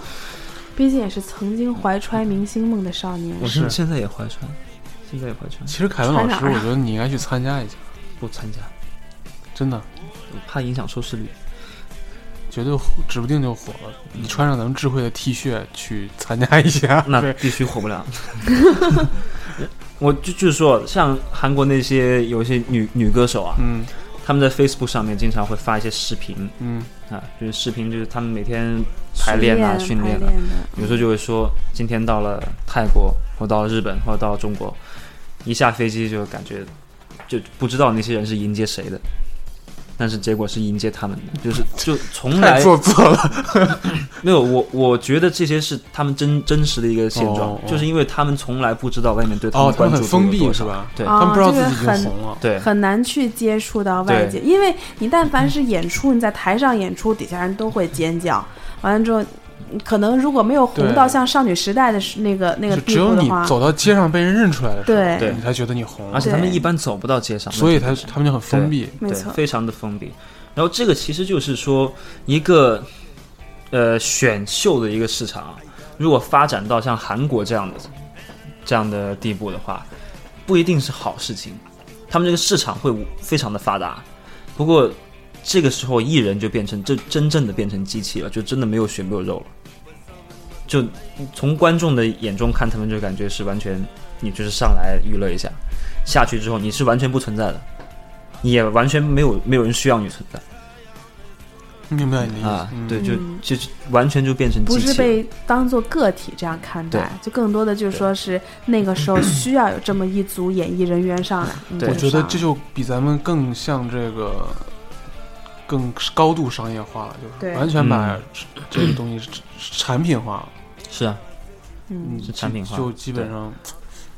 S5: 毕竟也是曾经怀揣明星梦的少年
S4: 我，
S3: 是
S4: 是现在也怀揣，现在也怀揣，
S3: 其实凯文老师，
S5: 传染
S3: 我觉得你应该去参加一下，
S4: 不参加，
S3: 真的，
S4: 我怕影响收视率。
S3: 绝对火指不定就火了。你穿上咱们智慧的 T 恤去参加一下，
S4: 那
S3: 对
S4: 必须火不了。 我就就是说，像韩国那些有一些女女歌手啊，
S3: 嗯
S4: 她们在 Facebook 上面经常会发一些视频
S3: 嗯，
S4: 啊，就是视频就是她们每天排练啊、训
S5: 练
S4: 练
S5: 排
S4: 啊，
S5: 练的，
S4: 有时候就会说，今天到了泰国，或到了日本，或者到了中国，一下飞机就感觉就不知道那些人是迎接谁的，但是结果是迎接他们的，就是就从
S3: 太
S4: 来
S3: 做作了。
S4: 没有我，我觉得这些是他们真真实的一个现状，
S3: 哦哦
S4: 就是因为他们从来不知道外面对他
S3: 哦
S4: 们，
S3: 他
S4: 关
S3: 们
S4: 注
S3: 很
S4: 度
S3: 封
S4: 有
S3: 闭
S4: 多
S3: 是
S4: 少？
S3: 吧？
S4: 对
S5: 哦
S3: 他们不知道自
S5: 这个
S3: 己已经
S5: 很
S3: 红了。
S4: 对，
S5: 很难去接触到外界，因为你但凡是演出，你在台上演出，底下人都会尖叫。完了之后，嗯可能如果没有红
S3: 对
S5: 到像少女时代的时那个那个
S3: 就
S5: 地
S3: 只
S5: 步
S3: 有
S5: 的
S3: 你
S5: 话，
S3: 走到街上被人认出来的时候，
S5: 对
S4: 对
S3: 你才觉得你红了
S4: 而且他们
S5: 对
S4: 一般走不到街上，
S3: 所以他他们就很封闭。
S5: 没
S4: 对，
S5: 错，
S4: 非常的封闭。然后这个其实就是说一个呃选秀的一个市场啊，如果发展到像韩国这样的这样的地步的话，不一定是好事情。他们这个市场会非常的发达，不过这个时候艺人就变成这真正的变成机器了，就真的没有血没有肉了。就从观众的眼中看，他们就感觉是完全你就是上来娱乐一下，下去之后你是完全不存在的。也完全没有没有人需要你存在
S3: 明白你的意思？
S4: 啊
S3: 嗯，
S4: 对，就
S5: 嗯
S4: 就就完全就变成
S5: 不
S4: 机
S5: 是
S4: 器了。
S5: 被当做个体这样看待，就更多的就是说是那 个时候需要有这么一组演艺人员上来。嗯
S4: 对
S3: 我
S5: 就
S3: 觉
S5: 上
S3: 得
S5: 来
S3: 这就比咱们更像这个，更高度商业化了，就是
S5: 对
S3: 完全把
S4: 嗯
S3: 这个东西产品化了，
S4: 是啊，
S5: 嗯，
S3: 嗯
S4: 是产品化
S3: 就就基本上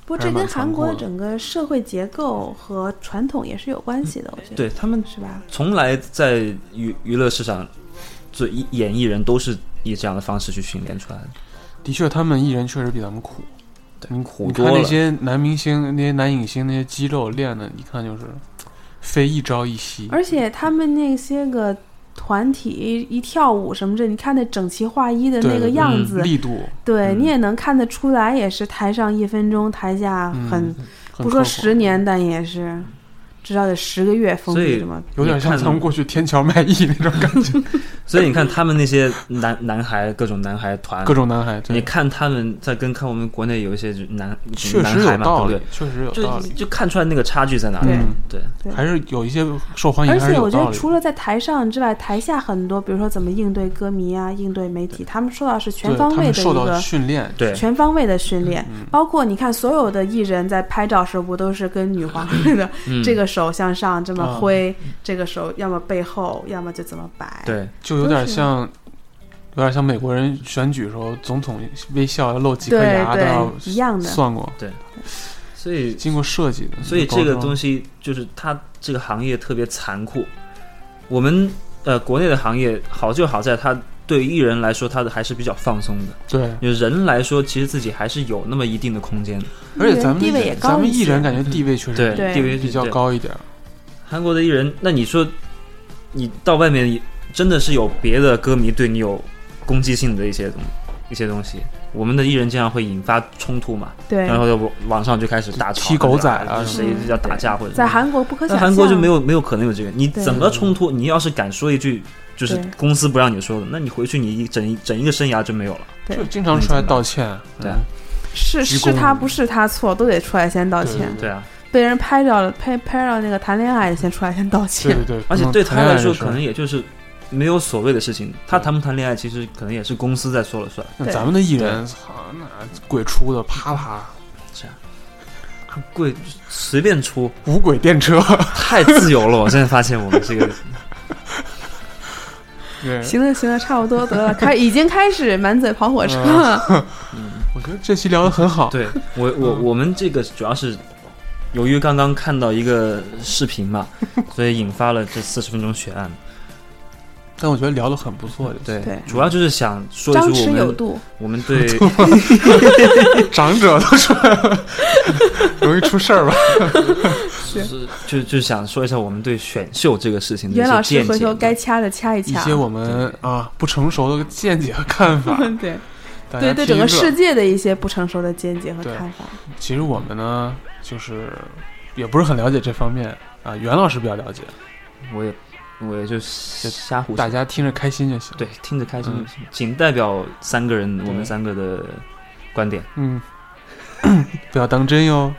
S5: 不过
S3: 还
S5: 这
S3: 是蛮
S5: 跟韩国
S3: 残
S5: 的
S3: 酷的
S5: 整个社会结构和传统也是有关系的，我觉得
S4: 对他们
S5: 是吧？
S4: 从来在娱娱乐市场做艺演艺人都是以这样的方式去训练出来的。
S3: 的确，他们艺人确实比咱们苦。你
S4: 苦
S3: 你
S4: 多
S3: 看那
S4: 了
S3: 些男明星、那些男影星，那些肌肉练的，一看就是非一朝一夕。
S5: 而且他们那些个团体一跳舞什么这，你看那整齐划一的那个样子，
S3: 力度
S5: 对
S4: 嗯
S5: 你也能看得出来，也是台上一分钟，台下很、
S3: 嗯很
S5: 不
S3: 刻
S5: 说
S3: 苦
S5: 十年，但也是至少得十个月封
S4: 所以
S5: 闭这么。
S3: 有点像
S4: 你看
S3: 咱们过去天桥卖艺那种感 觉，
S4: 所以你看他们那些男男孩各种男孩团，
S3: 各种男孩，
S4: 你
S3: 对，
S4: 看他们在跟看我们国内有一些就男
S3: 确
S4: 男
S3: 实
S4: 孩
S3: 有
S4: 嘛，
S3: 道
S4: 对
S3: 理
S4: 不，
S3: 确实有
S4: 对？
S3: 道
S4: 就
S3: 理，
S4: 就看出来那个差距在哪里。
S3: 嗯，
S4: 对，
S5: 对
S3: 还是有一些受欢迎，
S5: 而
S3: 还是
S5: 且
S3: 有
S5: 我觉
S3: 道
S5: 得，
S3: 理。
S5: 除了在台上之外，台下很多，比如说怎么应对歌迷啊、应对媒体，他们受到是全
S3: 对
S5: 方
S3: 他
S5: 位
S3: 们
S5: 的一
S3: 受到
S5: 个
S3: 训练，
S4: 对嗯
S5: 全方位的训练，包括你看所有的艺人在拍照时不都是跟女皇 的
S4: 嗯
S5: 这个手向上这么挥，这个手要么背后，要么就怎么摆。
S4: 对，
S3: 就有点
S5: 都是
S3: 像，有点像美国人选举时候，总统微笑要露几颗
S5: 对
S3: 牙
S5: 对
S3: 的，
S5: 一样的
S3: 算过，
S4: 所以
S3: 经过设计的，
S4: 所以这个东
S3: 西，
S4: 西就是它这个行业特别残酷。我们呃国内的行业好就好在它对于艺人来说，它的还是比较放松的。
S3: 对，
S4: 就人来说，其实自己还是有那么一定的空间的。
S3: 而且咱们
S5: 艺人地位也高
S3: 咱们
S5: 一
S3: 艺
S5: 些
S3: 人感觉地位确实
S5: 对
S4: 地位
S3: 比较。高一点儿，
S4: 韩国的艺人，那你说你到外面真的是有别的歌迷对你有攻击性的一些东一些东西，我们的艺人经常会引发冲突嘛，
S5: 对
S4: 然后在网网上就开始大吵
S3: 踢狗仔啊
S4: 谁要打架或者
S5: 在韩国不可想
S4: 在
S5: 象。
S4: 韩国就没有没有可能有这个，你
S5: 对
S4: 怎么冲突？你要是敢说一句，就是
S5: 对
S4: 公司不让你说的，那你回去你一整整一个生涯就没有了。
S5: 对
S3: 就经常出来道歉，
S4: 对
S3: 嗯
S5: 是
S3: 鞠
S5: 是
S3: 躬
S5: 他不是他错，都得出来先道歉。
S4: 对啊，
S5: 被人拍到了拍拍到那个谈恋爱的先出来先道
S3: 对
S5: 歉。
S3: 对对，
S4: 而且
S3: 不能
S4: 对
S3: 谈
S4: 他
S3: 恋
S4: 来
S3: 爱
S4: 说，
S3: 的时
S4: 可
S3: 候
S4: 能也就是没有所谓的事情。他谈不谈恋爱，其实可能也是公司在说了算。
S3: 那
S5: 对
S3: 咱们的艺人，操，那鬼出的啪啪
S4: 啊贵随便出，
S3: 无轨电车，
S4: 太自由了。我现在发现我们 这个
S3: 对，
S5: 行了行了，差不多 得了，开已经开始满嘴跑火车
S4: 嗯
S5: 了。
S3: 我觉得这期聊得很好，
S4: 对我我我们这个主要是由于刚刚看到一个视频嘛，所以引发了这四十分钟血案。
S3: 但我觉得聊得很不错，
S4: 对，
S5: 对
S4: 主要就是想说一
S5: 张
S4: 说我
S5: 弛有
S4: 们
S5: 度，
S4: 我 们对
S3: 长者都出来了， 容易出事儿吧？
S4: 就是就就想说一下我们对选秀这个事情的
S5: 袁老
S4: 一些
S5: 师
S4: 见
S5: 回头
S4: 解。
S5: 该掐的掐一
S3: 一
S5: 掐
S3: 些。我们啊不成熟的见解和看法，
S5: 对
S3: 大家
S5: 对对，
S3: 听
S5: 整
S3: 一乐
S5: 个世界的一些不成熟的见解和
S3: 对
S5: 看法。
S3: 其实我们呢，就是也不是很了解这方面啊。袁老师比较了解，
S4: 我也我也就瞎胡
S3: 大
S4: 说。
S3: 家听着开心就行。，
S4: 对，听着开心
S3: 嗯
S4: 就行，仅代表三个人，
S3: 对
S4: 我们三个的观点。
S3: 嗯， 不要当真哟。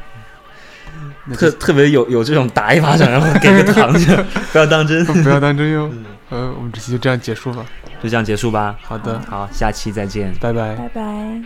S3: 那
S4: 特
S3: 就
S4: 特别有有这种打一巴掌然后给个 糖的，不要当真，
S3: 不要当真哟。
S5: 嗯
S3: 呃，我们这期就这样结束吧。
S4: 就这样结束吧。
S3: 好的，
S4: 好，下期再见。
S3: 拜拜。
S5: 拜拜。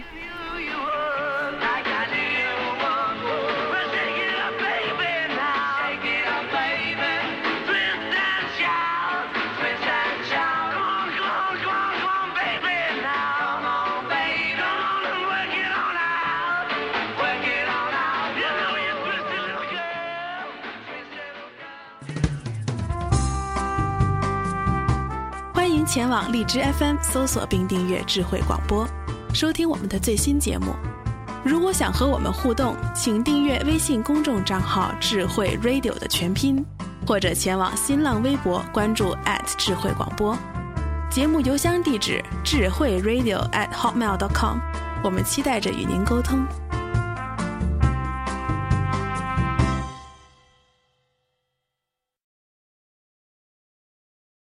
S6: 欢迎前往荔枝 FM 搜索并订阅智慧广播，收听我们的最新节目。如果想和我们互动，请订阅微信公众账号“智慧 Radio” 的全拼，或者前往新浪微博关注智慧广播。节目邮箱地址：智慧 Radio at hotmail.com。我们期待着与您沟通。